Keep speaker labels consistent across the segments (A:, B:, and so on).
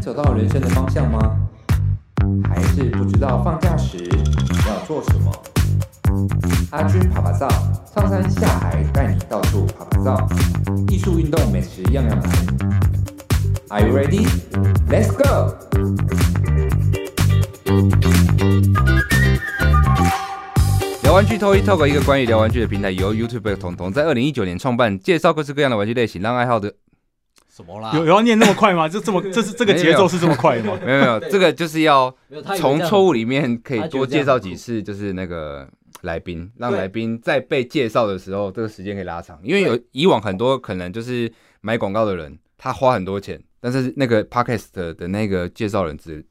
A: 走到人生的方向吗？还是不知道放假时要做什么？阿军爬爬照，上山下海带你到处爬爬照，艺术、运动、美食样样来。Are you ready? Let's go!
B: 聊玩具 Toy Talk 一个关于聊玩具的平台，由 YouTube 彤彤在二零一九年创办，介绍各式各样的玩具类型，让爱好的
C: 什么啦？
D: 有有要念那 么快吗？就这么这是这个节奏是这么快的吗？
B: 啊没有没有，这个就是要
C: 没有他以为
B: 从
C: 这样
B: 错误里面可以
C: 他觉
B: 多
C: 得这
B: 介
C: 样
B: 绍
C: 很酷
B: 几次，就是那个来宾，让
C: 对
B: 来宾在被介绍的时候，这个时间可以拉长，因为有以往很多可能就是买广告的人，他花很多钱，但是那个 Podcast 的的那个介绍人只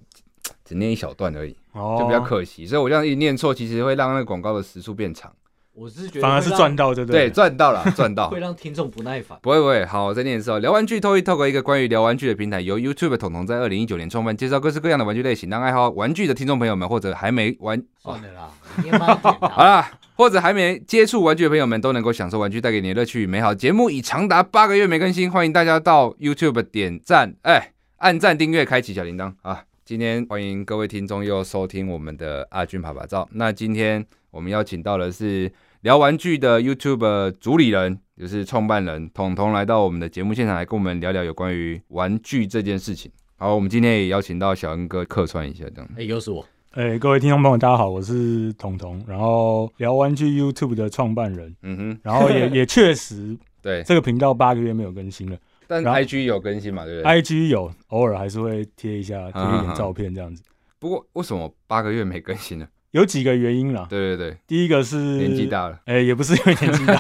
B: 只念一小段而已，
D: 哦
B: 就比较可惜，所以我这样一念错，其实会让那个广告的时速变长。
C: 我是觉得
D: 反而是
C: 会让
D: 赚到，对不
B: 对，
D: 对？
B: 赚到了，赚到
C: 会。让听众不耐烦。
B: 不会不会，好，我再念一次哦。聊玩具 Toy Talk 一个关于聊玩具的平台，由 YouTube 彤彤在二零一九年创办，介绍各式各样的玩具类型，让爱好玩具的听众朋友们或者还没玩
D: 哦
C: 算了啦，你也慢一点
B: 好
C: 啦。
B: 啦，或者还没接触玩具的朋友们都能够享受玩具带给你的乐趣与美好。节目已长达八个月没更新，欢迎大家到 YouTube 点赞，哎，按赞、订阅、开启小铃铛啊！今天欢迎各位听众又收听我们的阿军爬爬照。那今天我们邀请到的是聊玩具的 YouTube 主理人，就是创办人彤彤，来到我们的节目现场来跟我们聊聊有关于玩具这件事情。好，我们今天也邀请到小恩哥客串一下，这样。
C: 哎，又是我，
D: 哎，各位听众朋友，大家好，我是彤彤，然后聊玩具 YouTube 的创办人，
B: 嗯哼，
D: 然后 也也确实
B: 对，
D: 这个频道八个月没有更新了
B: 但
D: 然后
B: IG 有更新嘛，对不对？
D: ，IG 有偶尔还是会贴一下贴一点照片这样子，
B: 不过为什么八个月没更 新呢？
D: 有几个原因啦，
B: 对对
D: 第一个是
B: 对，年纪。大了，
D: 哎、也不是因为年 纪大，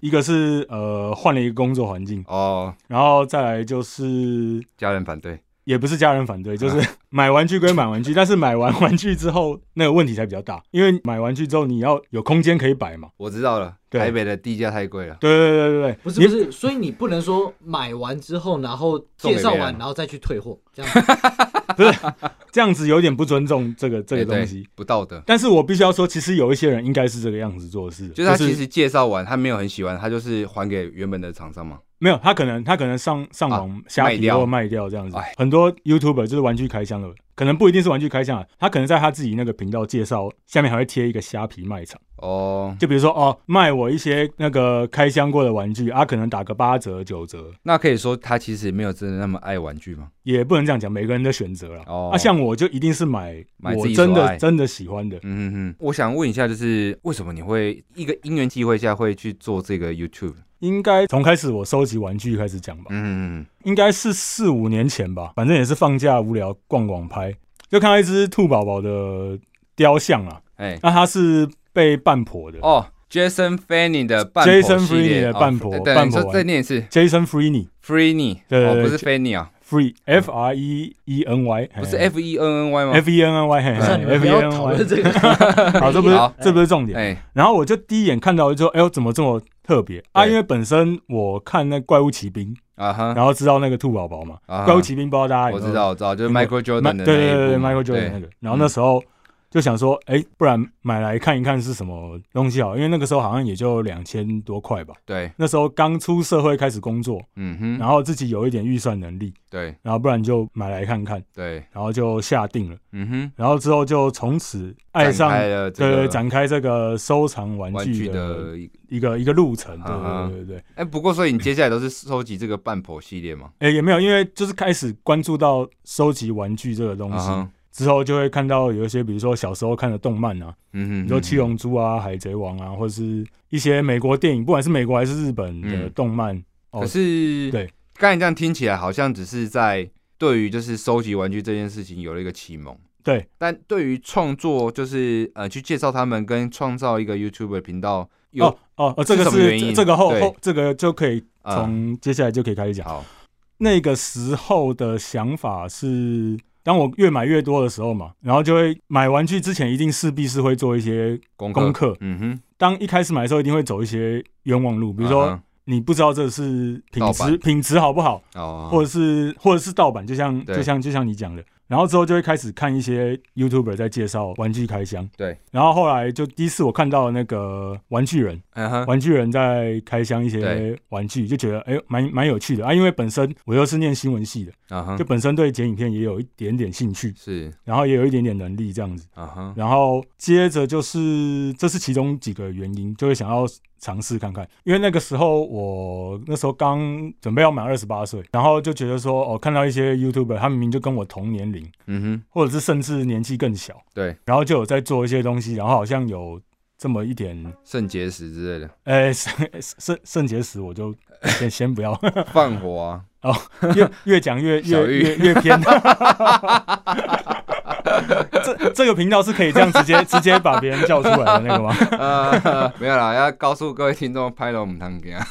D: 一个是呃换了一个工作环境，
B: 哦，
D: 然后再来就是
B: 家人反对，
D: 也不是家人反对，就是
B: 啊
D: 买玩具归买玩具，但是买完玩具之后那个问题才比较大，因为买玩具之后你要有空间可以摆嘛。
B: 我知道了，
D: 对
B: 台北的地价太贵了，
D: 对对对对对，
C: 不是
D: 你
C: 不是，所以你不能说买完之后，然后
B: 送
C: 介绍
B: 给别人
C: 完，然后再去退货，这样子
D: 这样子有点不尊重这个这个
B: 哎对
D: 东西。
B: 不道德。
D: 但是我必须要说，其实有一些人应该是这个样子做事的，
B: 就是他其实介绍完，他没有很喜欢，他就是还给原本的厂商嘛。
D: 没有，他可能他可能上上网虾
B: 啊卖
D: 皮
B: 掉
D: 或卖掉这样子
B: 哎，
D: 很多 YouTuber 就是玩具开箱的，可能不一定是玩具开箱啊，他可能在他自己那个频道介绍下面还会贴一个虾皮卖场，
B: 哦，
D: 就比如说哦卖我一些那个开箱过的玩具啊，可能打个八折九折，
B: 那可以说他其实没有真的那么爱玩具吗？
D: 也不能这样讲，每个人的选择啦。
B: 哦
D: 啊，像我就一定是买
B: 买自
D: 我
B: 己所
D: 真
B: 爱
D: 的真的喜欢的，
B: 嗯哼哼，我想问一下，就是为什么你会一个因缘机会下会去做这个 YouTube？
D: 应该从开始我收集玩具开始讲吧。
B: 嗯哼
D: 应该是四五年前吧，反正也是放假无聊逛网拍，就看到一只兔宝宝的雕像啊，
B: 哼，哎，
D: 那它是被半破的、
B: 哦，Jason Fanny 的半婆
D: Jason
B: 系列
D: Freeney 的
B: 哦
D: 半婆
B: 对对，
D: 半
B: 你
D: 婆
B: 说再念一次
D: j a s o n Freeney
B: ，Freeney，
D: 对
B: 哦，
D: 对
B: 不是
D: 就
B: Fanny 啊，
D: Free F R E E N Y，
B: 不是 F E N N Y 吗
D: F E N N Y，嘿
C: 不
D: 嘿
C: 是啊你们
D: F
C: 不
D: E
C: 要
D: N
C: 讨
D: N Y，
C: 论这个。
D: 好，这不是
B: 好
D: 这不是重点。
B: 哎，
D: 然后我就第一眼看到就说，哎呦，怎么这么特别啊？
B: 对
D: 因为本身我看那怪物骑兵，
B: 啊哈，
D: 然后知道那个兔宝宝嘛，
B: 啊
D: 怪物骑兵不知道大家有
B: 我
D: 没有
B: 知道，我知道，就是
D: 有没有
B: Michael
D: 买
B: Jordan 的那
D: 对对
B: 一
D: 对对
B: 部嘛
D: ，Michael Jordan 那个。然后那时候就想说，哎、不然买来看一看是什么东西好，因为那个时候好像也就两千多块吧。
B: 对，
D: 那时候刚出社会开始工作，
B: 嗯哼，
D: 然后自己有一点预算能力，
B: 对
D: 然后不然就买来看看，
B: 对，
D: 然后就下定了，
B: 嗯哼，
D: 然后之后就从此爱上
B: 展开。了这
D: 对
B: 个
D: 对，展开这个收藏玩
B: 玩具
D: 具
B: 的
D: 的
B: 一个。
D: 一个一个路程，对
B: 啊哈
D: 对对对对，
B: 哎，不过所以你接下来都是收集这个半婆系列嘛？
D: 哎、也没有，因为就是开始关注到收集玩具这个东
B: 啊
D: 西、
B: 哈，
D: 之后，就会看到有一些，比如说小时候看的动漫啊，
B: 嗯哼，
D: 比如说《七
B: 嗯
D: 龙珠》啊、《海贼王》啊，或者是一些美国电影，不管是美国还是日本的
B: 嗯
D: 动漫，
B: 哼
D: 哦
B: 可是
D: 对，
B: 刚才这样听起来好像只是在对于就是收集玩具这件事情有了一个启蒙。
D: 对，
B: 但对于创作，就是呃，去介绍他们跟创造一个 YouTube 频道，有
D: 哦哦哦，这个
B: 是什么原因
D: 是这个后
B: 对
D: 后这个就可以
B: 啊
D: 从接下来就可以开始讲。
B: 呃好，
D: 那个时候的想法是，当我越买越多的时候嘛，然后就会买玩具之前一定势必是会做一些
B: 功
D: 功
B: 课，
D: 课。
B: 嗯哼，
D: 当一开始买的时候，一定会走一些冤枉路，比如说
B: 啊
D: 你不知道这是
B: 盗
D: 品
B: 版
D: 质品质好不好，
B: 哈哦，
D: 或者是或者是盗版，就像
B: 对
D: 就像就像你讲的，然后之后就会开始看一些 YouTuber 在介绍玩具开箱，
B: 对。
D: 然后后来就第一次我看到那个玩具人，
B: 嗯哼，
D: 玩具人在开箱一些
B: 对
D: 玩具，就觉得哎蛮蛮有趣的啊。因为本身我又是念新闻系的，
B: 嗯
D: 就
B: 哼，
D: 本身对剪影片也有一点点兴趣，
B: 是，
D: 然后也有一点点能力这样子。
B: 嗯哼，
D: 然后接着就是这是其中几个原因，就会想要尝试看看，因为那个时候我那时候刚准备要满二十八岁，然后就觉得说哦，看到一些 YouTuber 他明明就跟我同年龄，
B: 嗯哼，
D: 或者是甚至年纪更小，
B: 对，
D: 然后就有在做一些东西，然后好像有这么一点。
B: 肾结石之类的，
D: 呃，肾肾肾结石，我就先先不要，
B: 放火啊，
D: 越越讲越
B: 小
D: 越
B: 玉
D: 越越偏。 这这个频道是可以这样直接直接把别人叫出来的那个吗？
B: 呃，没有啦，要告诉各位听众，拍了我们堂给啊，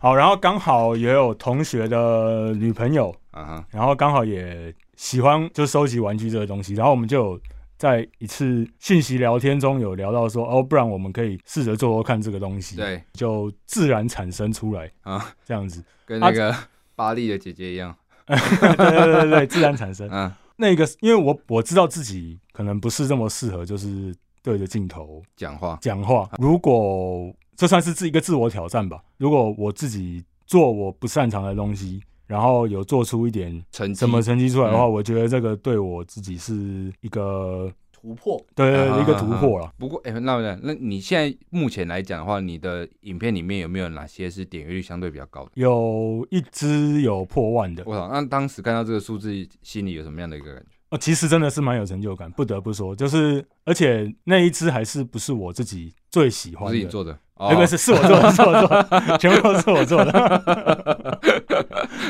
D: 好，然后刚好也有同学的女朋友，
B: 嗯哼，
D: 然后刚好也喜欢就收集玩具这个东西，然后我们就有在一次讯息聊天中有聊到说，哦，不然我们可以试着做做看这个东西，，
B: 对
D: 就自然产生出来
B: 啊，
D: 这样子，
B: 跟那个巴黎的姐姐一样，
D: 对对对对，自然产生。
B: 嗯，
D: 那个，因为我我知道自己可能不是这么适合，就是对着镜头
B: 讲话，
D: 讲话。如果这算是自一个自我挑战吧，如果我自己做我不擅长的东西，然后有做出一点
B: 成绩
D: 什么成绩出来的话，
B: 嗯
D: 我觉得这个对我自己是一个
C: 突破。
D: 对对
B: 啊
D: 呃对一个突破了。
B: 不过，哎、那那那你现在目前来讲的话，你的影片里面有没有哪些是点阅率相对比较高的？
D: 有一支有破万的，
B: 我操，那当时看到这个数字，心里有什么样的一个感觉？
D: 哦，其实真的是蛮有成就感，不得不说，就是而且那一支还是不是我自己最喜
B: 不
D: 欢
B: 是你
D: 的，
B: 做的，哦
D: 哎，不是，是我做的，是我做的，全部都是我做的。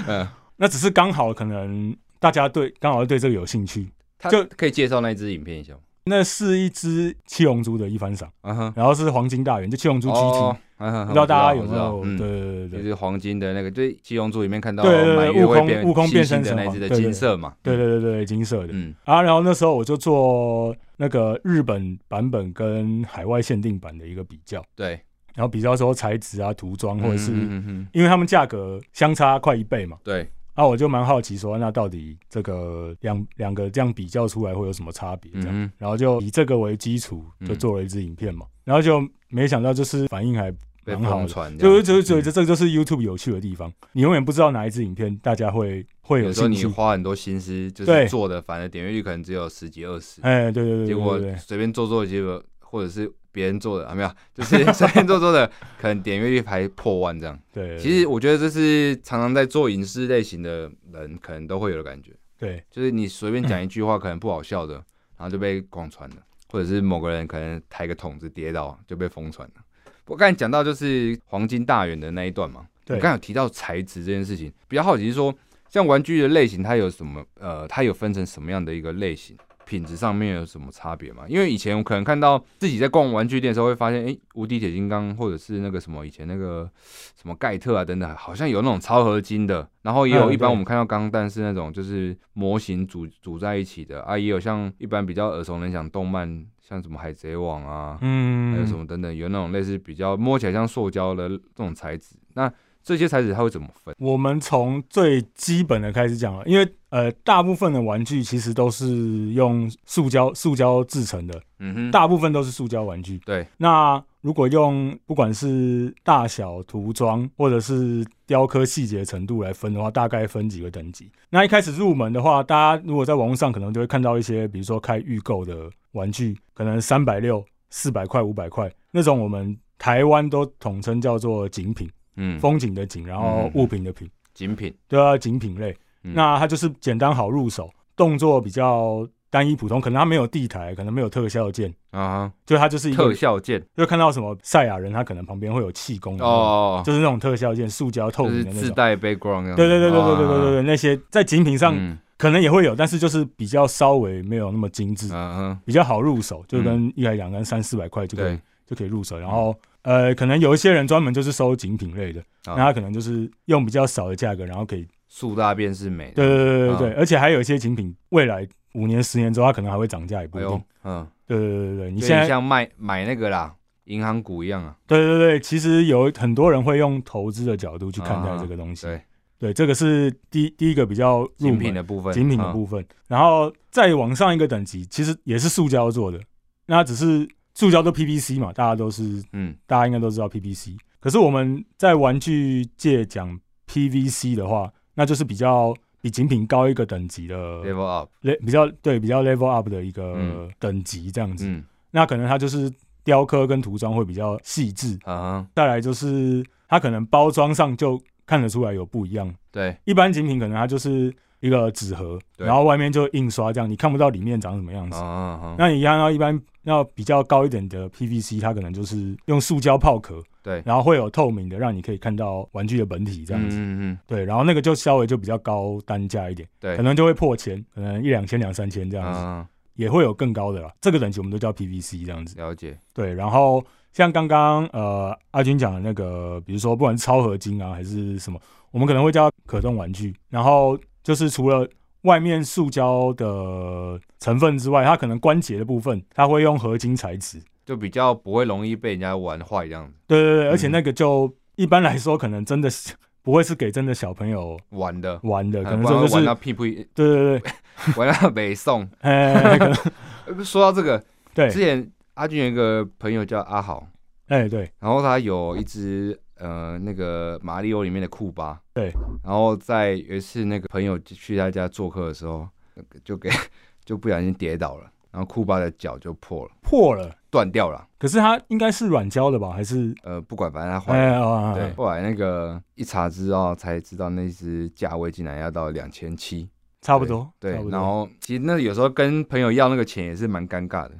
B: 嗯
D: 那只是刚好可能大家对刚好对这个有兴趣。
B: 他
D: 就
B: 可以介绍那一支影片一下吗？
D: 那是一只七龙珠的一番赏，
B: 啊哈，
D: 然后是黄金大圆，就七龙珠 GT，、
B: 哦啊哈
D: 不知道大家有
B: 我
D: 没
B: 知道
D: 有
B: 我？知道嗯
D: 对对对
B: 就
D: 对对
B: 是黄金的那个，就是《七龙珠》里面看到
D: 对对对
B: 满月
D: 悟
B: 会
D: 空
B: 变
D: 悟空变身
B: 星星的
D: 神
B: 那
D: 嘛
B: 只的
D: 对对
B: 金色嘛，
D: 对对对对，金色的。
B: 嗯，
D: 啊，然后那时候我就做那个日本版本跟海外限定版的一个比较，
B: 对，
D: 然后比较说材质啊、涂装或者是。
B: 嗯嗯嗯嗯
D: 因为他们价格相差快一倍嘛，
B: 对，
D: 啊，我就蛮好奇说，那到底这个两两个这样比较出来会有什么差别？这样，
B: 嗯
D: 然后就以这个为基础，就做了一支影片嘛。然后就没想到，就是反应还
B: 哼，被
D: 蛮好
B: 疯
D: 的，
B: 传这
D: 就
B: 样子，
D: 就就
B: 嗯
D: 这这就是 YouTube 有趣的地方，你永远不知道哪一支影片大家会会
B: 有时候
D: 兴
B: 你
D: 趣。
B: 花很多心思，就
D: 对
B: 是做的，反而点阅率可能只有十几二十，
D: 哎，对对对
B: 结
D: 对
B: 果
D: 对对，
B: 随便做做，结果或者是别人做的，啊没有，就是 随便做做的，可能点阅率还破万这样。
D: 对，
B: 其实我觉得这是常常在做影视类型的人可能都会有的感觉，
D: 对
B: 就是你随便讲一句话可能不好笑的，然后就被广传了，或者是某个人可能抬个桶子跌倒就被疯传了。我刚才讲到就是黄金大圆的那一段嘛，我
D: 对
B: 刚才有提到材质这件事情，比较好奇是说，像玩具的类型，它有什么呃，它有分成什么样的一个类型？品质上面有什么差别吗？因为以前我可能看到自己在逛玩具店的时候，会发现，诶，无敌铁金刚或者是那个什么以前那个什么盖特啊等等，好像有那种超合金的，然后也有
D: 嗯
B: 一般
D: 对
B: 我们看到钢弹是那种就是模型组组在一起的啊，也有像一般比较耳熟能详动漫，像什么海贼王啊，还有
D: 嗯
B: 什，么等等，有那种类似比较摸起来像塑胶的这种材质。那这些材质它会怎么分？
D: 我们从最基本的开始讲了，因为呃，大部分的玩具其实都是用塑胶塑胶制成的，
B: 嗯哼，
D: 大部分都是塑胶玩具。
B: 对，
D: 那如果用不管是大小、涂装或者是雕刻细节程度来分的话，大概分几个等级。那一开始入门的话，大家如果在网络上可能就会看到一些，比如说开预购的玩具，可能三百六、四百块、五百块那种，我们台湾都统称叫做景品，
B: 嗯，
D: 风景的景，然后物品的品，
B: 精品，
D: 对啊，景品类。
B: 嗯
D: 那它就是简单好入手，动作比较单一普通，可能它没有地台，可能没有特效键。
B: 啊哈，
D: 就它就是一个
B: 特效键
D: 就看到什么赛亚人，他可能旁边会有气功哦，
B: 哦，
D: 就是那种特效件，塑胶透
B: 就
D: 明
B: 是
D: 的那
B: 自
D: 种。
B: 带 background 这样子。
D: 对对对对对对对对
B: 啊
D: 对，那些在精品上
B: 嗯
D: 可能也会有，但是就是比较稍微没有那么精致，
B: 嗯哼，
D: 比较好入手，就跟一来两跟三四百块就可以
B: 对，
D: 就可以入手。然后呃，可能有一些人专门就是收精品类的，
B: 啊
D: 那他可能就是用比较少的价格，然后可以
B: 树大便是美。
D: 对，对对对
B: 啊
D: 对，而且还有一些精品未来五年十年之后，它可能还会涨价也不
B: 哎
D: 一
B: 呦
D: 定。，
B: 嗯，
D: 对对对对对，你
B: 你
D: 现在
B: 像卖买那个啦，银行股一样啊。啊
D: 对对对，其实有很多人会用投资的角度去看待这个东西。
B: 对，
D: 对，这个是第第一个比较入
B: 精
D: 门
B: 品的嗯部分，啊
D: 精品的
B: 分，
D: 部分，然后再往上一个等级，其实也是塑胶做的，那只是塑胶都 PVC 嘛，大家都是
B: 嗯，
D: 大家应该都知道 PVC。可是我们在玩具界讲 PVC 的话，那就是比较比精品高一个等级的
B: level up，
D: le- 比较对比较 level up 的一
B: 嗯
D: 个等级这样子。
B: 嗯，
D: 那可能它就是雕刻跟涂装会比较细致，
B: 啊，
D: 再来就是它可能包装上就看得出来有不一样。
B: 对，
D: 一般精品可能它就是一个纸盒，
B: 对
D: 然后外面就印刷这样，你看不到里面长什么样子。
B: 啊，
D: 那你看到一般要比较高一点的 PVC，它可能就是用塑胶泡壳，
B: 对
D: 然后会有透明的，让你可以看到玩具的本体这样子，
B: 嗯嗯，
D: 对，然后那个就稍微就比较高单价一点，
B: 对
D: 可能就会破千，可能一两千、两三千这样子，
B: 啊，
D: 也会有更高的啦。这个等级我们都叫 PVC 这样子，
B: 了解，
D: 对。然后像刚刚呃阿军讲的那个，比如说不管是超合金啊还是什么，我们可能会叫可动玩具，然后就是除了。外面塑胶的成分之外，它可能关节的部分，它会用合金材质，
B: 就比较不会容易被人家玩坏这样子，
D: 对对对，而且
B: 嗯
D: 那个就一般来说，可能真的是 不会是给真的小朋友
B: 玩的，
D: 玩的，
B: 啊
D: 可能
B: 不然
D: 这就
B: 会玩
D: 是
B: 到屁股，
D: 对对 对，
B: 玩到 北宋。
D: 哎，可能
B: 呃说到这个，之
D: 对，
B: 前阿俊有一个朋友叫阿豪，
D: 哎对，
B: 然后他有一只呃那个马里奥里面的库巴，
D: 对，
B: 然后在有一次那个朋友去他家做客的时候，就给 就不小心跌倒了，然后库巴的脚就破了，
D: 破了，
B: 断掉了，
D: 可是它应该是软胶的吧？还是
B: 呃，不管反正他坏了。
D: 哎啊，
B: 对，
D: 啊
B: 后来那个一查知道才知道那只价位竟然要到两千七，
D: 差不多，
B: 对
D: 差不，多
B: 然后其实那有时候跟朋友要那个钱也是蛮尴尬的，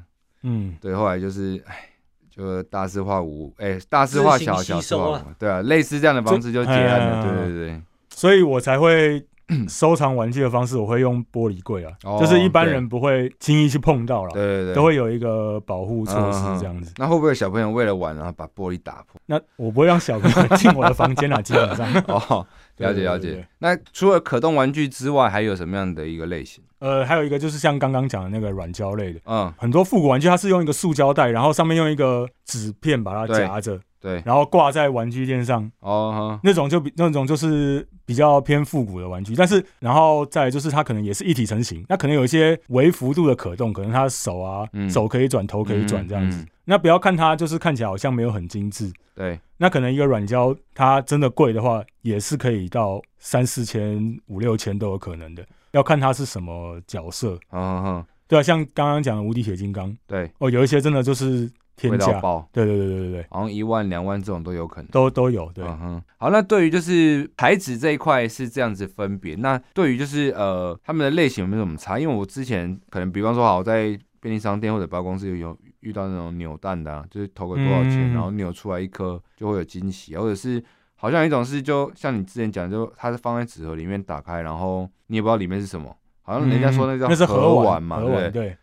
D: 嗯，
B: 对，后来就是哎，就大事化无，哎、大事化小，
C: 自行
B: 小
C: 吸
B: 事
C: 收
B: 化
C: 啊
B: 无，对啊，类似这样的方式就结案了，
D: 这哎
B: 对对对，
D: 所以我才 会收藏玩具的方式，我会用玻璃柜啊，
B: 哦
D: 就是一般人不会轻易去碰到
B: 对
D: 了。
B: 对对，
D: 都会有一个保护措施
B: 嗯嗯嗯嗯
D: 这样子，
B: 那会不会有小朋友为了玩然后把玻璃打 破？
D: 那我不会让小朋友进我的房间啦，啊基本上。
B: 哦，
D: 对
B: 了解
D: 对
B: 了
D: 对对
B: 解。那除了可动玩具之外，还有什么样的一个类型？
D: 呃，还有一个就是像刚刚讲的那个软胶类的，
B: 嗯，
D: 很多复古玩具，它是用一个塑胶袋，然后上面用一个纸片把它
B: 对
D: 夹着，
B: 对，
D: 然后挂在玩具店上，
B: 哦，
D: 那种就比那种就是比较偏复古的玩具。但是，然后再来就是它可能也是一体成型，那可能有一些微幅度的可动，可能它手啊、
B: 嗯
D: 手可以转，头可以转
B: 嗯
D: 这样子。
B: 嗯
D: 那不要看它就是看起来好像没有很精致，
B: 对，
D: 那可能一个软胶它真的贵的话，也是可以到三四千、五六千都有可能的，要看它是什么角色。
B: 嗯嗯，
D: 对啊，像刚刚讲的无敌铁金刚。
B: 对，
D: 哦，有一些真的就是
B: 味
D: 天
B: 道
D: 价，
B: 爆，
D: 对对对对对对，
B: 好像一万两万这种都有可能。
D: 都都有，对，
B: 嗯哼，好，那对于就是牌子这一块是这样子分别，那对于就是呃他们的类型有没有什么差？因为我之前可能比方说好我在便利商店或者百货公司有有遇到那种扭蛋的、啊，就是投个多少钱，
D: 嗯
B: 然后扭出来一颗就会有惊喜，啊或者是好像有一种是就像你之前讲，就它是放在纸盒里面打开，然后你也不知道里面是什么，好像人家说那叫
D: 嗯那是
B: 盒
D: 玩
B: 嘛，
D: 盒
B: 对不
D: 玩
B: 对？
D: 对，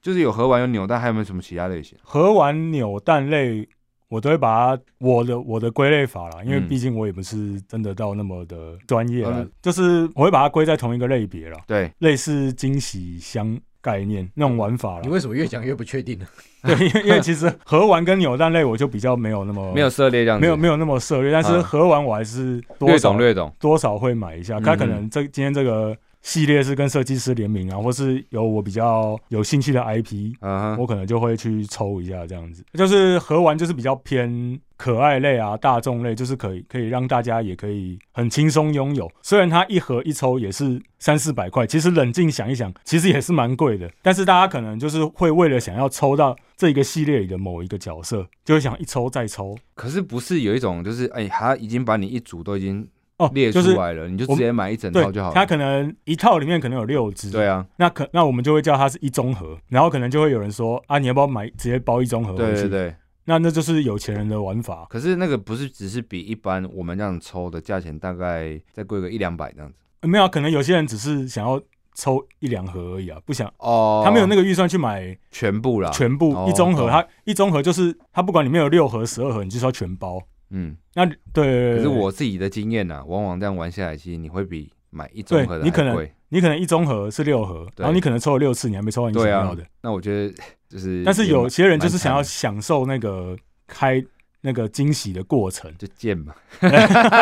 B: 就是有盒玩有扭蛋，还有没有什么其他类型？
D: 盒玩扭蛋类，我都会把它我的我的归类法啦，因为
B: 嗯
D: 毕竟我也不是真的到那么的专业啦
B: 嗯，
D: 就是我会把它归在同一个类别啦，
B: 对，
D: 类似惊喜箱概念那种玩法
C: 你
D: 啦。
C: 为什么越讲越不确定呢？
D: 对， 因为因为其实盒玩跟扭蛋类我就比较没有那么
B: 没有涉猎这样子，
D: 哦没有没有那么涉猎，但是
B: 嗯
D: 盒玩我还是多
B: 略
D: 少
B: 懂略懂，
D: 多少会买一下。
B: 嗯
D: 他可能这今天这个系列是跟设计师联名啊，或是有我比较有兴趣的 IP，
B: 嗯哼，
D: 我可能就会去抽一下这样子。就是盒玩就是比较偏可爱类啊、大众类，就是可以可以让大家也可以很轻松拥有。虽然它一盒一抽也是三四百块，其实冷静想一想，其实也是蛮贵的。但是大家可能就是会为了想要抽到这一个系列里的某一个角色，就会想一抽再抽。
B: 可是不是有一种就是哎，他已经把你一组都已经
D: 哦，
B: 列出
D: 就是
B: 来了，你就直
D: 我
B: 接买一整
D: 对
B: 套就好，了。
D: 它可能一套里面可能有六只，
B: 对啊，
D: 那可那我们就会叫它是一中盒，然后可能就会有人说啊，你要不要买直接包一中盒回
B: 对
D: 去？
B: 对对。
D: 那那就是有钱人的玩法。啊
B: 可是那个不是只是比一般我们这样抽的价钱大概再贵个一两百这样子
D: 呃没有啊，可能有些人只是想要抽一两盒而已啊，不想
B: 哦
D: 他没有那个预算去买
B: 全部啦，
D: 全部、
B: 哦
D: 一中盒，
B: 懂
D: 他一中盒就是他不管里面有六盒、十二盒，你就是要全包。
B: 嗯。
D: 那对对对
B: 可
D: 对
B: 是我自己的经验呐，往往这样玩下来，其实你会比买一综合的
D: 对你可
B: 还
D: 能
B: 贵。
D: 你可能一中盒是六盒，
B: 对
D: 然后你可能抽了六次，你还没抽到你想
B: 对啊
D: 要的。
B: 那我觉得就是，
D: 但是有些人就是想要
B: 蛮惨
D: 享受那个开那个惊喜的 过程。
B: 就贱 嘛，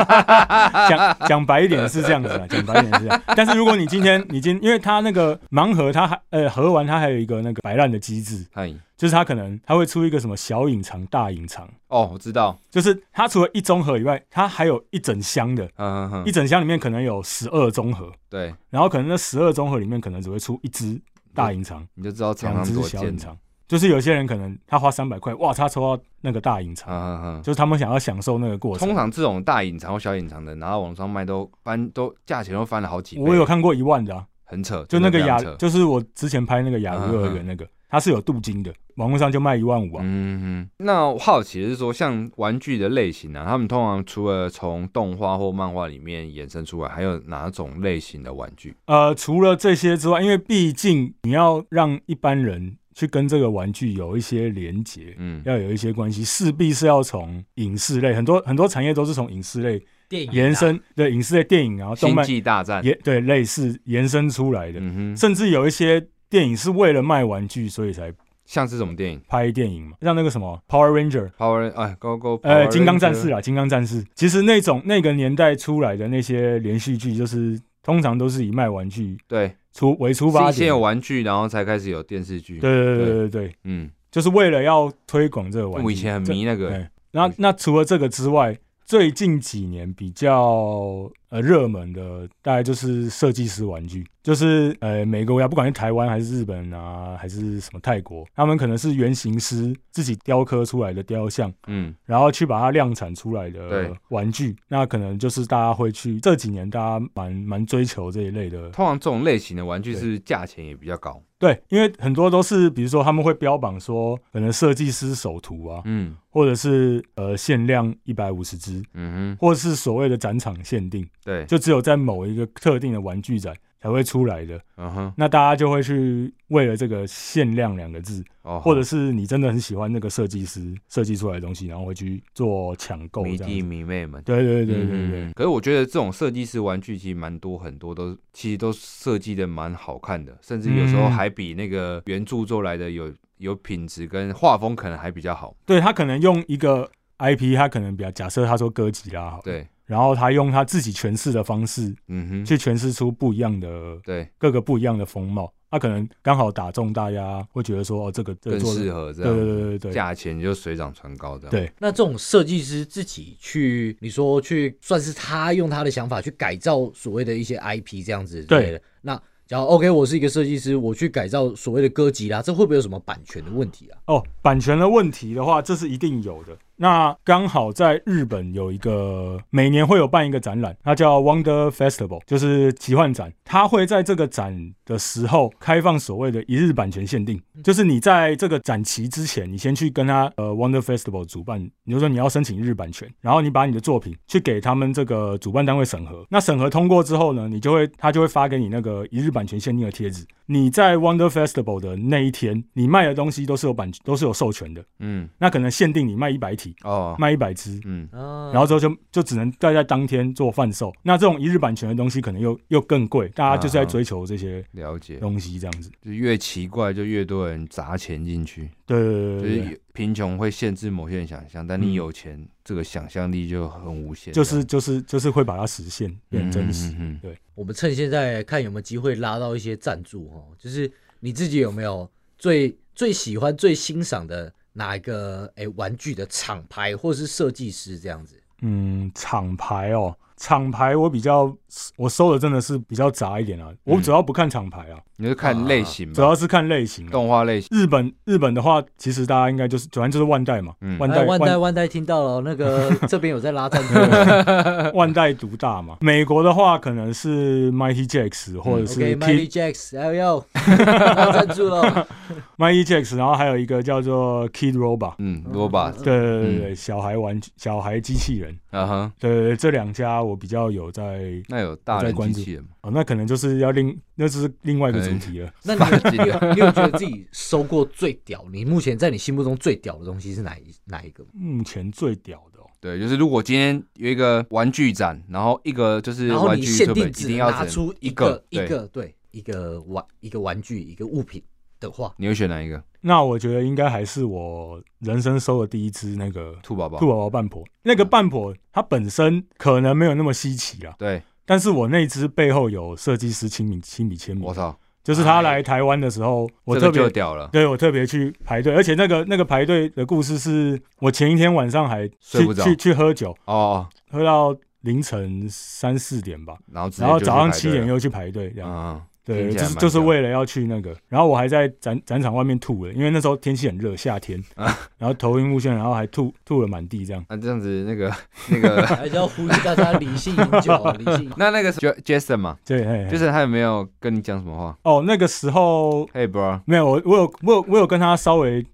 D: 讲讲白一点是这样子啊，讲白一点是这样。但是如果你今天你今因为它那个盲盒，它还呃盒完它还有一个那个摆烂的机制，
B: 嗨，
D: 就是它可能它会出一个什么小隐藏、大隐藏，
B: 哦，我知道，
D: 就是它除了一中盒以外，它还有一整箱的，
B: 嗯嗯
D: 一
B: 嗯，
D: 整箱里面可能有十二中盒，
B: 对，
D: 然后可能那十二中盒里面可能只会出一只大隐藏，
B: 你就知道常常
D: 两只
B: 多
D: 小
B: 贱
D: 隐，藏。就是有些人可能他花三百块，哇，他抽到那个大隐
B: 嗯
D: 藏，
B: 嗯嗯。
D: 就是他们想要享受那个过程
B: 通。常这种大隐藏或小隐藏的，拿到网上卖都翻都价钱都翻了好几倍，
D: 我有看过一万的、啊，
B: 很扯，
D: 就那个
B: 真的
D: 雅
B: 非常，扯
D: 就是我之前拍那个雅
B: 嗯嗯
D: 鲁幼儿园那个，它是有镀金的，网络上就卖一万五啊。
B: 嗯，嗯那我好奇的是说，像玩具的类型啊，他们通常除了从动画或漫画里面衍生出来，还有哪种类型的玩具？
D: 呃，除了这些之外，因为毕竟你要让一般人去跟这个玩具有一些连结，
B: 嗯，
D: 要有一些关系，势必是要从影视类，很多很多产业都是从影视类
C: 电影啊
D: 延伸，对影视类电影啊、动
B: 星
D: 漫
B: 际大战，
D: 也对类似延伸出来的，
B: 嗯哼，
D: 甚至有一些电影是为了卖玩具，所以才
B: 像是什么电影
D: 拍电影嘛，像那个什么《Power Ranger》。
B: ？Power 哎，Go Go，
D: 呃，
B: Power
D: 金刚战士
B: Ranger
D: 啊，金刚战士，其实那种那个年代出来的那些连续剧，就是通常都是以卖玩具
B: 对，
D: 出为出发
B: 是先
D: 点
B: 有。玩具，然后才开始有电视剧。
D: 对，对对对对对，
B: 嗯，
D: 就是为了要推广这个玩具。
B: 我以前很
D: 这。
B: 迷那个，嗯
D: 哎那那除了这个之外，最近几年比较呃热门的，大概就是设计师玩具，就是呃每个国家，不管是台湾还是日本啊，还是什么泰国，他们可能是原型师自己雕刻出来的雕像。
B: 嗯，
D: 然后去把它量产出来
B: 对
D: 的玩具，那可能就是大家会去这几年大家蛮蛮追求这一类的，
B: 通常这种类型的玩具是不是价钱也比较高。
D: 对，因为很多都是比如说他们会标榜说可能设计师首图啊，
B: 嗯
D: 或者是呃限量一百五十只，
B: 嗯哼，
D: 或者是所谓的展场限定，
B: 对，
D: 就只有在某一个特定的玩具展才会出来的，
B: 嗯哼，
D: 那大家就会去为了这个限量两个字，
B: 哦，
D: 或者是你真的很喜欢那个设计师设计出来的东西，然后会去做抢购
B: 迷
D: 这
B: 弟
D: 样子。
B: 迷妹们。
D: 对对对对对对
B: 嗯。可是我觉得这种设计师玩具其实蛮多，很多都其实都设计的蛮好看的，甚至有时候
D: 嗯
B: 还比那个原著做来的有有品质跟画风可能还比较好。
D: 对他可能用一个 IP，他可能比较假设他说哥吉拉好，，
B: 对，
D: 然后他用他自己诠释的方式
B: 嗯哼，
D: 去诠释出不一样的
B: 对，
D: 各个不一样的风貌，他可能刚好打中大家会觉得说哦，这个这个
B: 更
D: 做
B: 适
D: 的，
B: 合这
D: 对对
B: 样，
D: 对对对，
B: 价钱就水涨船高这样。
D: 对
C: 那这种设计师自己去，你说去算是他用他的想法去改造所谓的一些 IP 这样子之类的。那假如 OK，我是一个设计师，我去改造所谓的歌吉啦，这会不会有什么版权的问题啊？
D: 哦，版权的问题的话，这是一定有的。那刚好在日本有一个每年会有办一个展览，它叫 Wonder Festival，就是奇幻展。它会在这个展的时候开放所谓的一日版权限定，就是你在这个展期之前，你先去跟他呃 Wonder Festival 主办，你就说你要申请一日版权，然后你把你的作品去给他们这个主办单位审核。那审核通过之后呢，你就会他就会发给你那个一日版权限定的贴纸。你在 Wonder Festival 的那一天，你卖的东西都是有版都是有授权的，
B: 嗯，
D: 那可能限定你卖一百体，
B: 哦，
D: 卖一百只。
B: 嗯，
C: 啊，
D: 然后之后就就只能再在当天做贩售，那这种一日版权的东西可能又又更贵，大家就是在追求这些
B: 了解，
D: 东西这样子。
B: 就越奇怪就越多人砸钱进去，
D: 对对对
B: 就
D: 对对对
B: 是贫穷会限制某些人想象，但
D: 嗯
B: 你有钱，这个想象力就很无限这
D: 就
B: 样，
D: 是就是就是会把它实现变真实。
B: 嗯嗯嗯
C: 我们趁现在看有没有机会拉到一些赞助哦，就是你自己有没有最最喜欢、最欣赏的哪一个诶玩具的厂牌或是设计师这样子？
D: 嗯，厂牌哦，厂牌我比较我收的真的是比较杂一点啊，我主要不看厂牌啊，
B: 你就看类型
D: 主
B: 吧，
D: 要是看类型、啊。
B: 动画类型。
D: 日本日本的话，其实大家应该就是主要就是万代嘛，
B: 嗯
D: 万
C: 哎
D: 代
C: 万代
D: 万
C: 万代听到了哦，那 个这边有在拉赞助哦。
D: 万代独大嘛。美国的话可能是 Mighty Jacks 或者是
C: OK，Miley
D: Kid
C: Jacks，哎呦， 拉赞助了。
D: Mighty Jacks，然后还有一个叫做 Kid Robot，
B: 嗯，罗巴，
D: 对对对对，小孩玩具小孩机器人，
B: 啊哈，
D: 对对对，这两家我比较有在
B: 那有大人机器人吗？
D: 哦，那可能就是要另那是另外一个主题了。
C: 那你有你有你有觉得自己收过最屌？你目前在你心目中最屌的东西是哪一哪一个吗？
D: 目前最屌的、哦，
B: 对，就是如果今天有一个玩具展，然后一个就是
C: 然后
B: 玩
C: 你
B: 具
C: 限
B: YouTuber
C: 定
B: 一
C: 只
B: 定
C: 能
B: 要
C: 拿
B: 只能
C: 出
B: 一
C: 个一
B: 对，
C: 个对一个玩一个玩具一个物品，的话，
B: 你会选哪一个？
D: 那我觉得应该还是我人生收的第一只那个
B: 兔宝宝。
D: 兔宝宝半婆。那个半婆它本身可能没有那么稀奇啦，
B: 对，
D: 但是我那只背后有设计师亲笔亲笔签名
B: 我，操，
D: 就是他来台湾的时候，嗯我
B: 哎这
D: 特
B: 个
D: 别
B: 就屌了。
D: 对我特别去排队，而且那个那个排队的故事是我前一天晚上还
B: 睡
D: 去
B: 不着
D: 去去喝酒，
B: 哦，
D: 喝到凌晨三四点吧，
B: 然后直接
D: 然后
B: 就
D: 早上
B: 去排
D: 七
B: 队
D: 点
B: 了，
D: 又去排队，这样、
B: 嗯，嗯
D: 对，
B: 听起
D: 就
B: 来
D: 是
B: 蛮
D: 就是
B: 屌
D: 为了要去那个，然后我还在展展场外面吐了，因为那时候天气很热，夏天，
B: 啊
D: 然后头晕目眩，然后还吐吐了满地这样。
B: 那这样子那个那个，
C: 还是要呼吁大家理性饮酒，理性。
B: 那那个 J- Jason 嘛
D: 对，嘿嘿
B: ，Jason 他有没有跟你讲什么话
D: 哦，那个时候
B: ？Hey bro，
D: 没有，我我有我有我有跟他稍微，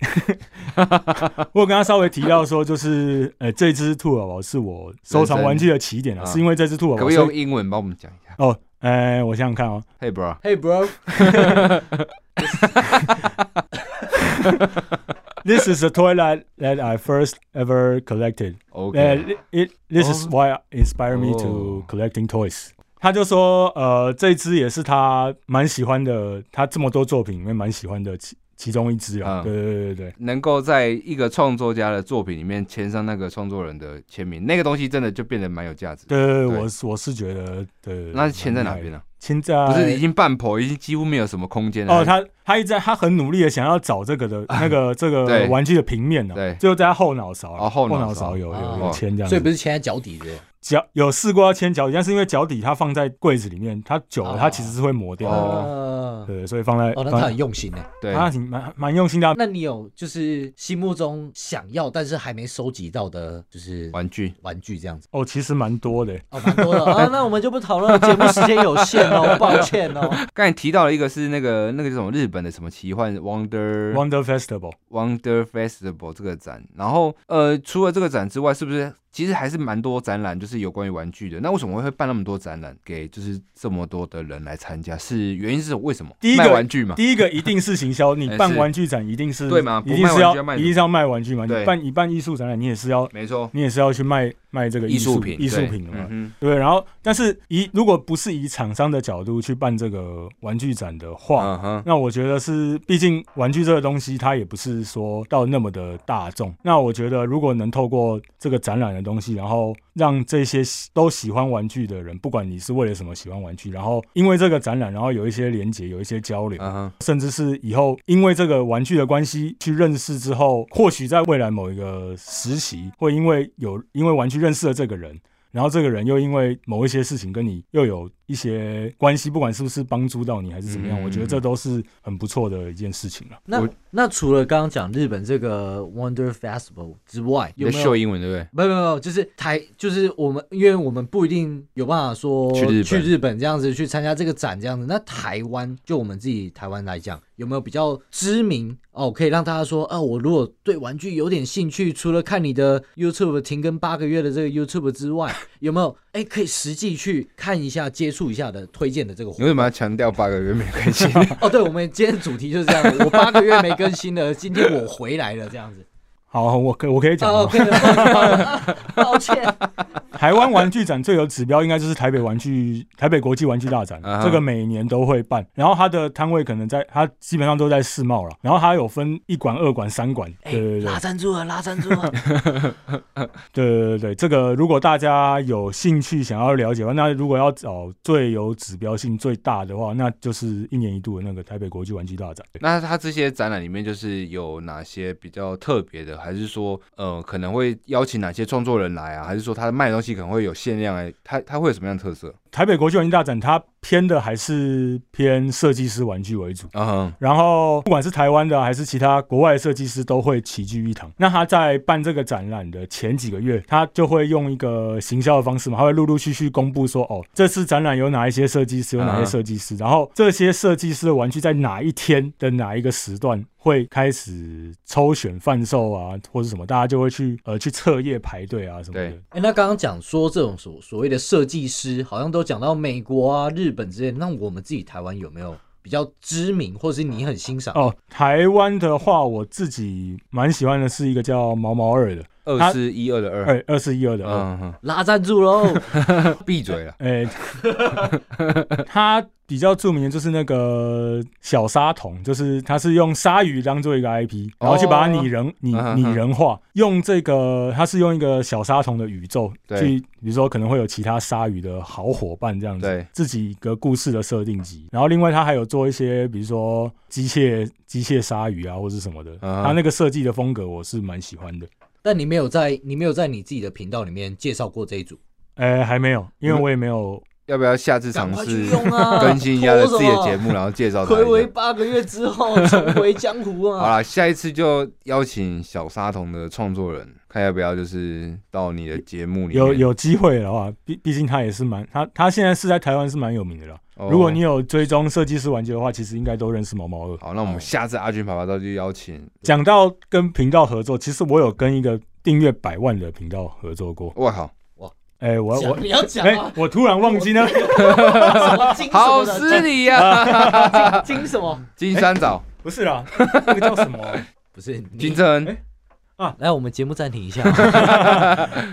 D: 我有跟他稍微提到说，就是呃，这只兔宝宝是我收藏玩具的起点啊，
B: 人生
D: 是因为这只兔宝
B: 可
D: 宝
B: 不可以
D: 是
B: 用英文帮我们讲一下
D: 哦，呃，我想想看哦，
B: ？Hey bro，
C: Hey bro，
D: This is a toy that, that I first ever collected.
B: OK，
D: Uh, it this is why inspired me to
B: 哦
D: collecting toys. 他就说，呃，这一只也是他蛮喜欢的，他这么多作品里面蛮喜欢的其其中一只啊。
B: 嗯
D: 对对对对对，
B: 能够在一个创作家的作品里面签上那个创作人的签名，那个东西真的就变得蛮有价值。
D: 对对对，
B: 对
D: 我是我是觉得，对对，对
B: 那签在哪边？
D: 蛮厉害的
B: 呢？
D: 签在
B: 不是已经半破，已经几乎没有什么空间了。
D: 哦，他他一直在他很努力的想要找这个的那个这个
B: 对
D: 玩具的平面呢、
B: 对
D: 最后在他后脑勺啊
B: 哦后脑勺
D: 脑勺有有
C: 哦
D: 有签这样
C: 所以
D: 子，
C: 不是牵在脚底的，
D: 脚有试过要签脚底，但是因为脚底它放在柜子里面，它久了
C: 哦
D: 它其实是会磨掉的。
C: 哦，
D: 对，所以放在
C: 哦，那
D: 放
C: 他
D: 在
C: 很用心呢。
B: 对，
D: 他挺蛮蛮用心的啊。
C: 那你有就是心目中想要但是还没收集到的，就是
B: 玩具
C: 玩具这样子？
D: 哦，其实蛮多的。
C: 哦，蛮 多的啊。那我们就不讨论了，节目时间有限哦，抱歉哦。
B: 刚才提到了一个是那个那个叫什么日本的什么奇幻 Wonder
D: Wonder Festival，
B: Wonder Festival 这个展，然后呃，除了这个展之外，是不是其实还是蛮多展览，就是有关于玩具的？那为什么会办那么多展览给就是这么多的人来参加？是原因是为什么？
D: 第一个
B: 卖玩具嘛，
D: 第一个一定是行销，你
B: 哎
D: 办
B: 是
D: 玩具展一定是
B: 对嘛不
D: 一定
B: 卖玩
D: 是
B: 具
D: 要
B: 要卖什
D: 一
B: 么
D: 定是要卖玩具嘛。你
B: 对
D: 办你办艺术展览，你也是要
B: 没错，
D: 你也是要去卖卖这个
B: 艺
D: 术
B: 品，
D: 艺术
B: 对
D: 品的嘛。
B: 嗯
D: 对，然后但是以如果不是以厂商的角度去办这个玩具展的
B: 哼，
D: 话，
B: 嗯哼，
D: 那我觉得是，毕竟玩具这个东西它也不是说到那么的大众。那我觉得如果能透过这个展览的东西，然后让这些喜都喜欢玩具的人，不管你是为了什么喜欢玩具，然后因为这个展览，然后有一些连接，有一些交流。
B: 嗯哼，
D: 甚至是以后因为这个玩具的关系去认识之后，或许在未来某一个时期，会因为有因为玩具认识了这个人，然后这个人又因为某一些事情跟你又有一些关系，不管是不是帮助到你还是怎么样，
B: 嗯
D: 我觉得这都是很不错的一件事情了。
C: 那
B: 我
C: 那除了刚刚讲日本这个 Wonder Festival 之外，
B: 你
C: 有
B: 在
C: 没
B: 秀
C: 有？
B: 英文对不对？
C: 没有没有没有，就是台，就是我们，因为我们不一定有办法说
B: 去日本
C: 本这样子去参加这个展这样子。那台湾就我们自己台湾来讲，有没有比较知名哦，可以让大家说啊，我如果对玩具有点兴趣，除了看你的 YouTube 停更八个月的这个 YouTube 之外，有没有哎可以实际去看一下、接触一下的推荐的这个活
B: 你
C: 动？
B: 为什么要强调八个月没关 系？
C: 哦，对，我们今天主题就是这样，我八个月没更新了， 今天我回来了，这样子。
D: 好，我可我可以讲
C: 哦
D: 哦，
C: ，OK，抱 歉，抱歉。
D: 台湾玩具展最有指标应该就是台北玩具台北国际玩具大展
B: 啊，哈
D: 这个每年都会办。然后它的摊位可能在它基本上都在世贸了，然后它有分一馆、二馆、三馆，
C: 哎
D: 对对对，
C: 拉赞助了，拉赞助了。
D: 对对对对，这个如果大家有兴趣想要了解的话，那如果要找最有指标性最大的话，那就是一年一度的那个台北国际玩具大展。
B: 那它这些展览里面，就是有哪些比较特别的，还是说，呃，可能会邀请哪些创作人来啊？还是说它卖的东西可能会有限量、欸？它它会有什么样的特色？
D: 台北国际玩具大展它偏的还是偏设计师玩具为主。
B: 嗯哼，
D: 然后，不管是台湾的还是其他国外的设计师，都会齐聚一堂。那他在办这个展览的前几个月，他就会用一个行销的方式嘛，他会陆陆续续公布说，哦，这次展览有哪一些设计师，有哪些设计师，然后这些设计师的玩具在哪一天的哪一个时段会开始抽选贩售啊，或者什么，大家就会去呃去彻夜排队啊什么的
B: 对。
C: 哎，那刚刚讲说这种所所谓的设计师，好像都讲到美国啊、日本之类的，那我们自己台湾有没有比较知名，或者是你很欣赏？
D: 哦，台湾的话，我自己蛮喜欢的是一个叫毛毛二的，呃
B: 二四一二的二，
D: 二二四一二的二，
B: 嗯哼，
C: 拉赞助喽，
B: 闭嘴了。
D: 哎、 它比较著名的就是那个小沙桶，就是它是用鲨鱼当做一个 IP，然后去把它拟人拟
B: 嗯哼
D: 拟人化，用这个它是用一个小沙桶的宇宙
B: 对
D: 去，比如说可能会有其他鲨鱼的好伙伴这样子，
B: 对，
D: 自己一个故事的设定集，然后另外它还有做一些，比如说机械机械鲨鱼啊，或是什么的。
B: 啊
D: 它那个设计的风格我是蛮喜欢的。
C: 但你没有在你没有在你自己的频道里面介绍过这一组，
D: 呃，还没有，因为我也没有。
B: 要不要下次
C: 赶
B: 尝
C: 快去
B: 试
C: 用 啊，
B: 更新一下
C: 拖
B: 的
C: 什么
B: 自己的节。目，然后介绍他
C: 暌
B: 一
C: 违
B: 下？
C: 八个月之后重回江湖
B: 好
C: 啊！
B: 啦，下一次就邀请小沙童的创作人，看要不要就是到你的节目里面。
D: 有有机会的话，毕毕竟他也是蛮他他现在是在台湾是蛮有名的了。
B: 哦，
D: 如果你有追踪设计师玩具的话，其实应该都认识毛毛二。
B: 好，那我们下次阿军爸爸照就邀请。
D: 讲到跟频道合作，其实我有跟一个订阅百万的频道合作过。
B: 我靠，
D: 哎、我
C: 讲
D: 我
C: 不要讲
D: 哎、
C: 啊！
D: 我突然忘记呢。
C: 什么金什
B: 好
C: 么的
B: 失礼呀！
D: 哎
C: 金金什么？
B: 金山枣、
D: 不是啦，那个叫什么 啊
C: 不是
B: 金
C: 你
B: 正
D: 哎
B: 恩，
C: 来，我们节目暂停一下。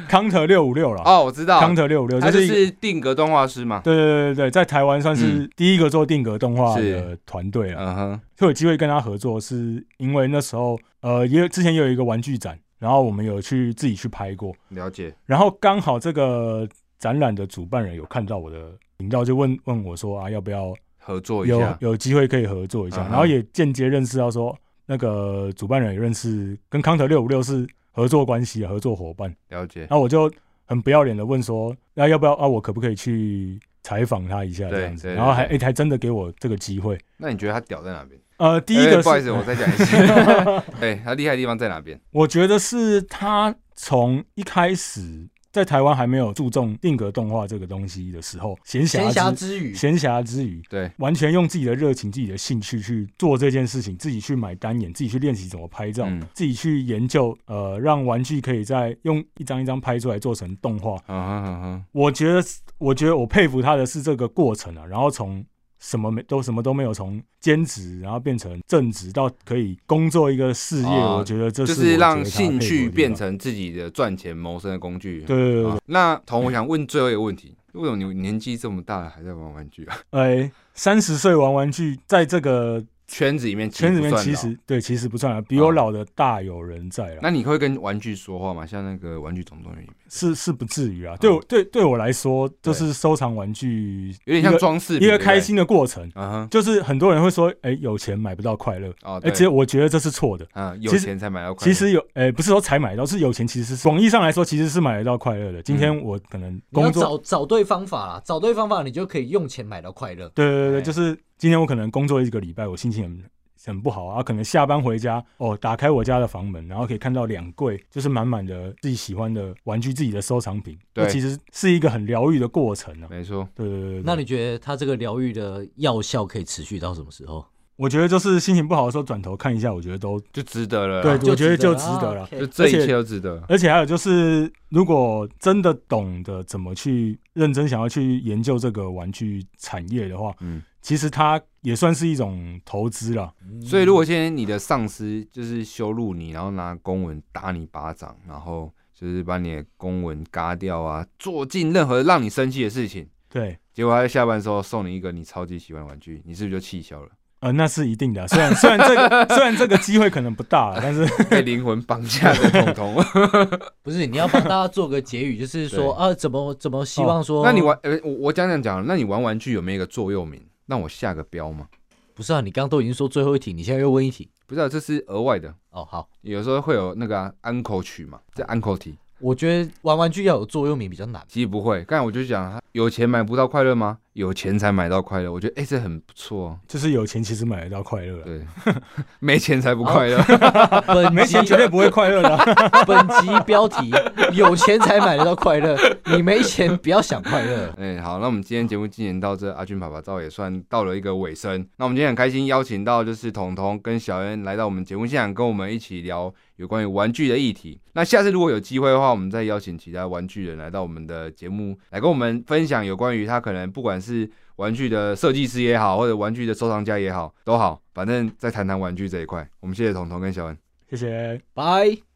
D: ？Counter 六五六啦。
B: 哦，我知道，
D: Counter 六五六，
B: 他就
D: 这
B: 是
D: 一个
B: 是定格动画师嘛。
D: 对对对对，在台湾算是
B: 嗯
D: 第一个做定格动画的
B: 是
D: 团队啊了，
B: 嗯哼，
D: 会有机会跟他合作，是因为那时候呃，也有之前也有一个玩具展，然后我们有去自己去拍过，
B: 了解。
D: 然后刚好这个展览的主办人有看到我的频道，就问问我说啊，要不要
B: 合作一
D: 有
B: 下，
D: 有机会可以合作一下，
B: 嗯哼
D: 然后也间接认识到说，那个主办人也认识跟康特六五六是合作关系，啊合作伙伴，
B: 了解。
D: 然后我就很不要脸的问说，那要不要啊？我可不可以去采访他一下
B: 对
D: 这样子？
B: 对对
D: 然后还
B: 对
D: 诶、还真的给我这个机会。
B: 那你觉得他屌在哪边？
D: 呃，第一个
B: 哎
D: 是，
B: 不好意思，我再讲一 次。对他厉害的地方在哪边？
D: 我觉得是他从一开始在台湾还没有注重定格动画这个东西的时候，闲
C: 闲暇
D: 暇之
C: 之余，
D: 闲暇之余，
B: 对，
D: 完全用自己的热情、自己的兴趣去做这件事情，自己去买单眼，自己去练习怎么拍照，
B: 嗯
D: 自己去研究，呃，让玩具可以在用一张一张拍出来做成动画。
B: 嗯哼嗯哼，
D: 我觉得，我觉得我佩服他的是这个过程啊，然后从什么没都什么都没有，从兼职然后变成正职到可以工作一个事业，
B: 哦
D: 我觉得这
B: 就是
D: 我觉
B: 是
D: 得
B: 让
D: 他
B: 兴
D: 佩服
B: 趣
D: 的地
B: 变
D: 方
B: 成自己的赚钱谋生的工具。
D: 对对对对
B: 啊，那童，我想问最后一个问题：为什么你年纪这么大了还在玩玩具 啊？
D: 哎，三十岁玩玩具，在这个
B: 圈子里面，
D: 圈子里面
B: 不算
D: 其
B: 老
D: 实对其实不算了，比
B: 啊
D: 我老的大有人在了，
B: 那你会跟玩具说话吗？像那个《玩具总动员》里面，
D: 是是不至于啊。对我对对我来说，就是收藏玩具
B: 有点
D: 一
B: 像
D: 个
B: 装饰品，
D: 一个
B: 对不对
D: 开。心的过程。
B: 嗯哼，
D: 就是很多人会说，哎，有钱买不到快乐，
B: 哦，
D: 哎，
B: 对
D: 其，实我觉得这是错的。
B: 嗯，有
D: 其实
B: 钱才买到快乐。
D: 其实有，呃，不是说才买到，是有钱，其实是广义上来说，其实是买得到快乐的。今天我可能
C: 嗯你要
D: 工作，
C: 找找对方法啦，找对方法，你就可以用钱买到快乐。
D: 对对对
C: 哎
D: 对，就是今天我可能工作一个礼拜，我心情很很不好啊，可能下班回家，哦，打开我家的房门，然后可以看到两柜就是满满的自己喜欢的玩具、自己的收藏品，
B: 对
D: 那其实是一个很疗愈的过程啊。
B: 没错，
D: 对对对对，
C: 那你觉得他这个疗愈的药效可以持续到什么时候？
D: 我觉得就是心情不好的时候转头看一下，我觉得都
B: 就值得了
D: 对
B: 啦。
D: 我觉得就值
C: 啊
D: 得了
C: OK
B: 就这一
D: 而且
B: 切都值得了。
D: 而且还有就是，如果真的懂得怎么去认真想要去研究这个玩具产业的话，
B: 嗯，
D: 其实它也算是一种投资了。
B: 所以
C: 嗯
B: 如果今天你的上司就是羞辱你，然后拿公文打你巴掌，然后就是把你的公文嘎掉啊，做尽任何让你生气的事情，
D: 对，
B: 结果他在下班的时候送你一个你超级喜欢的玩具，你是不是就气消了？
D: 呃，那是一定的啊。虽然虽然这个 虽然这个机会可能不大啊，但是
B: 被灵魂绑架的彤彤。
C: 不是，你要帮大家做个结语，就是说啊，怎么怎么希望说？
B: 那你玩，呃、我我讲讲讲，那你玩玩具有没有一个座右铭？让我下个标吗？
C: 不是啊？你刚刚都已经说最后一题，你现在又问一题。
B: 不知道、这是额外的，
C: 哦，好，
B: 有时候会有那个、啊、uncle 曲嘛，这 uncle 题
C: 我觉得玩玩具要有座右铭比较 难。
B: 其实不会。刚才我就讲，有钱买不到快乐吗？有钱才买到快乐，我觉得哎、这很不错、哦。
D: 就是有钱其实买得到快乐啊，
B: 对， 没钱才不快乐。
C: 本
D: 没钱
C: 集
D: 绝对不会快乐的 啊。
C: 本集标题：有钱才买得到快乐，你没钱不要想快乐。
B: 哎、好，那我们今天节目进行到这，阿俊爸爸照也算到了一个尾声。那我们今天很开心邀请到就是彤彤跟小恩来到我们节目现场，跟我们一起聊有关于玩具的议题。那下次如果有机会的话，我们再邀请其他玩具人来到我们的节目，来跟我们分享有关于他可能不管是玩具的设计师也好，或者玩具的收藏家也好，都好，反正再谈谈玩具这一块。我们谢谢彤彤跟小恩。
D: 谢谢。
C: 拜。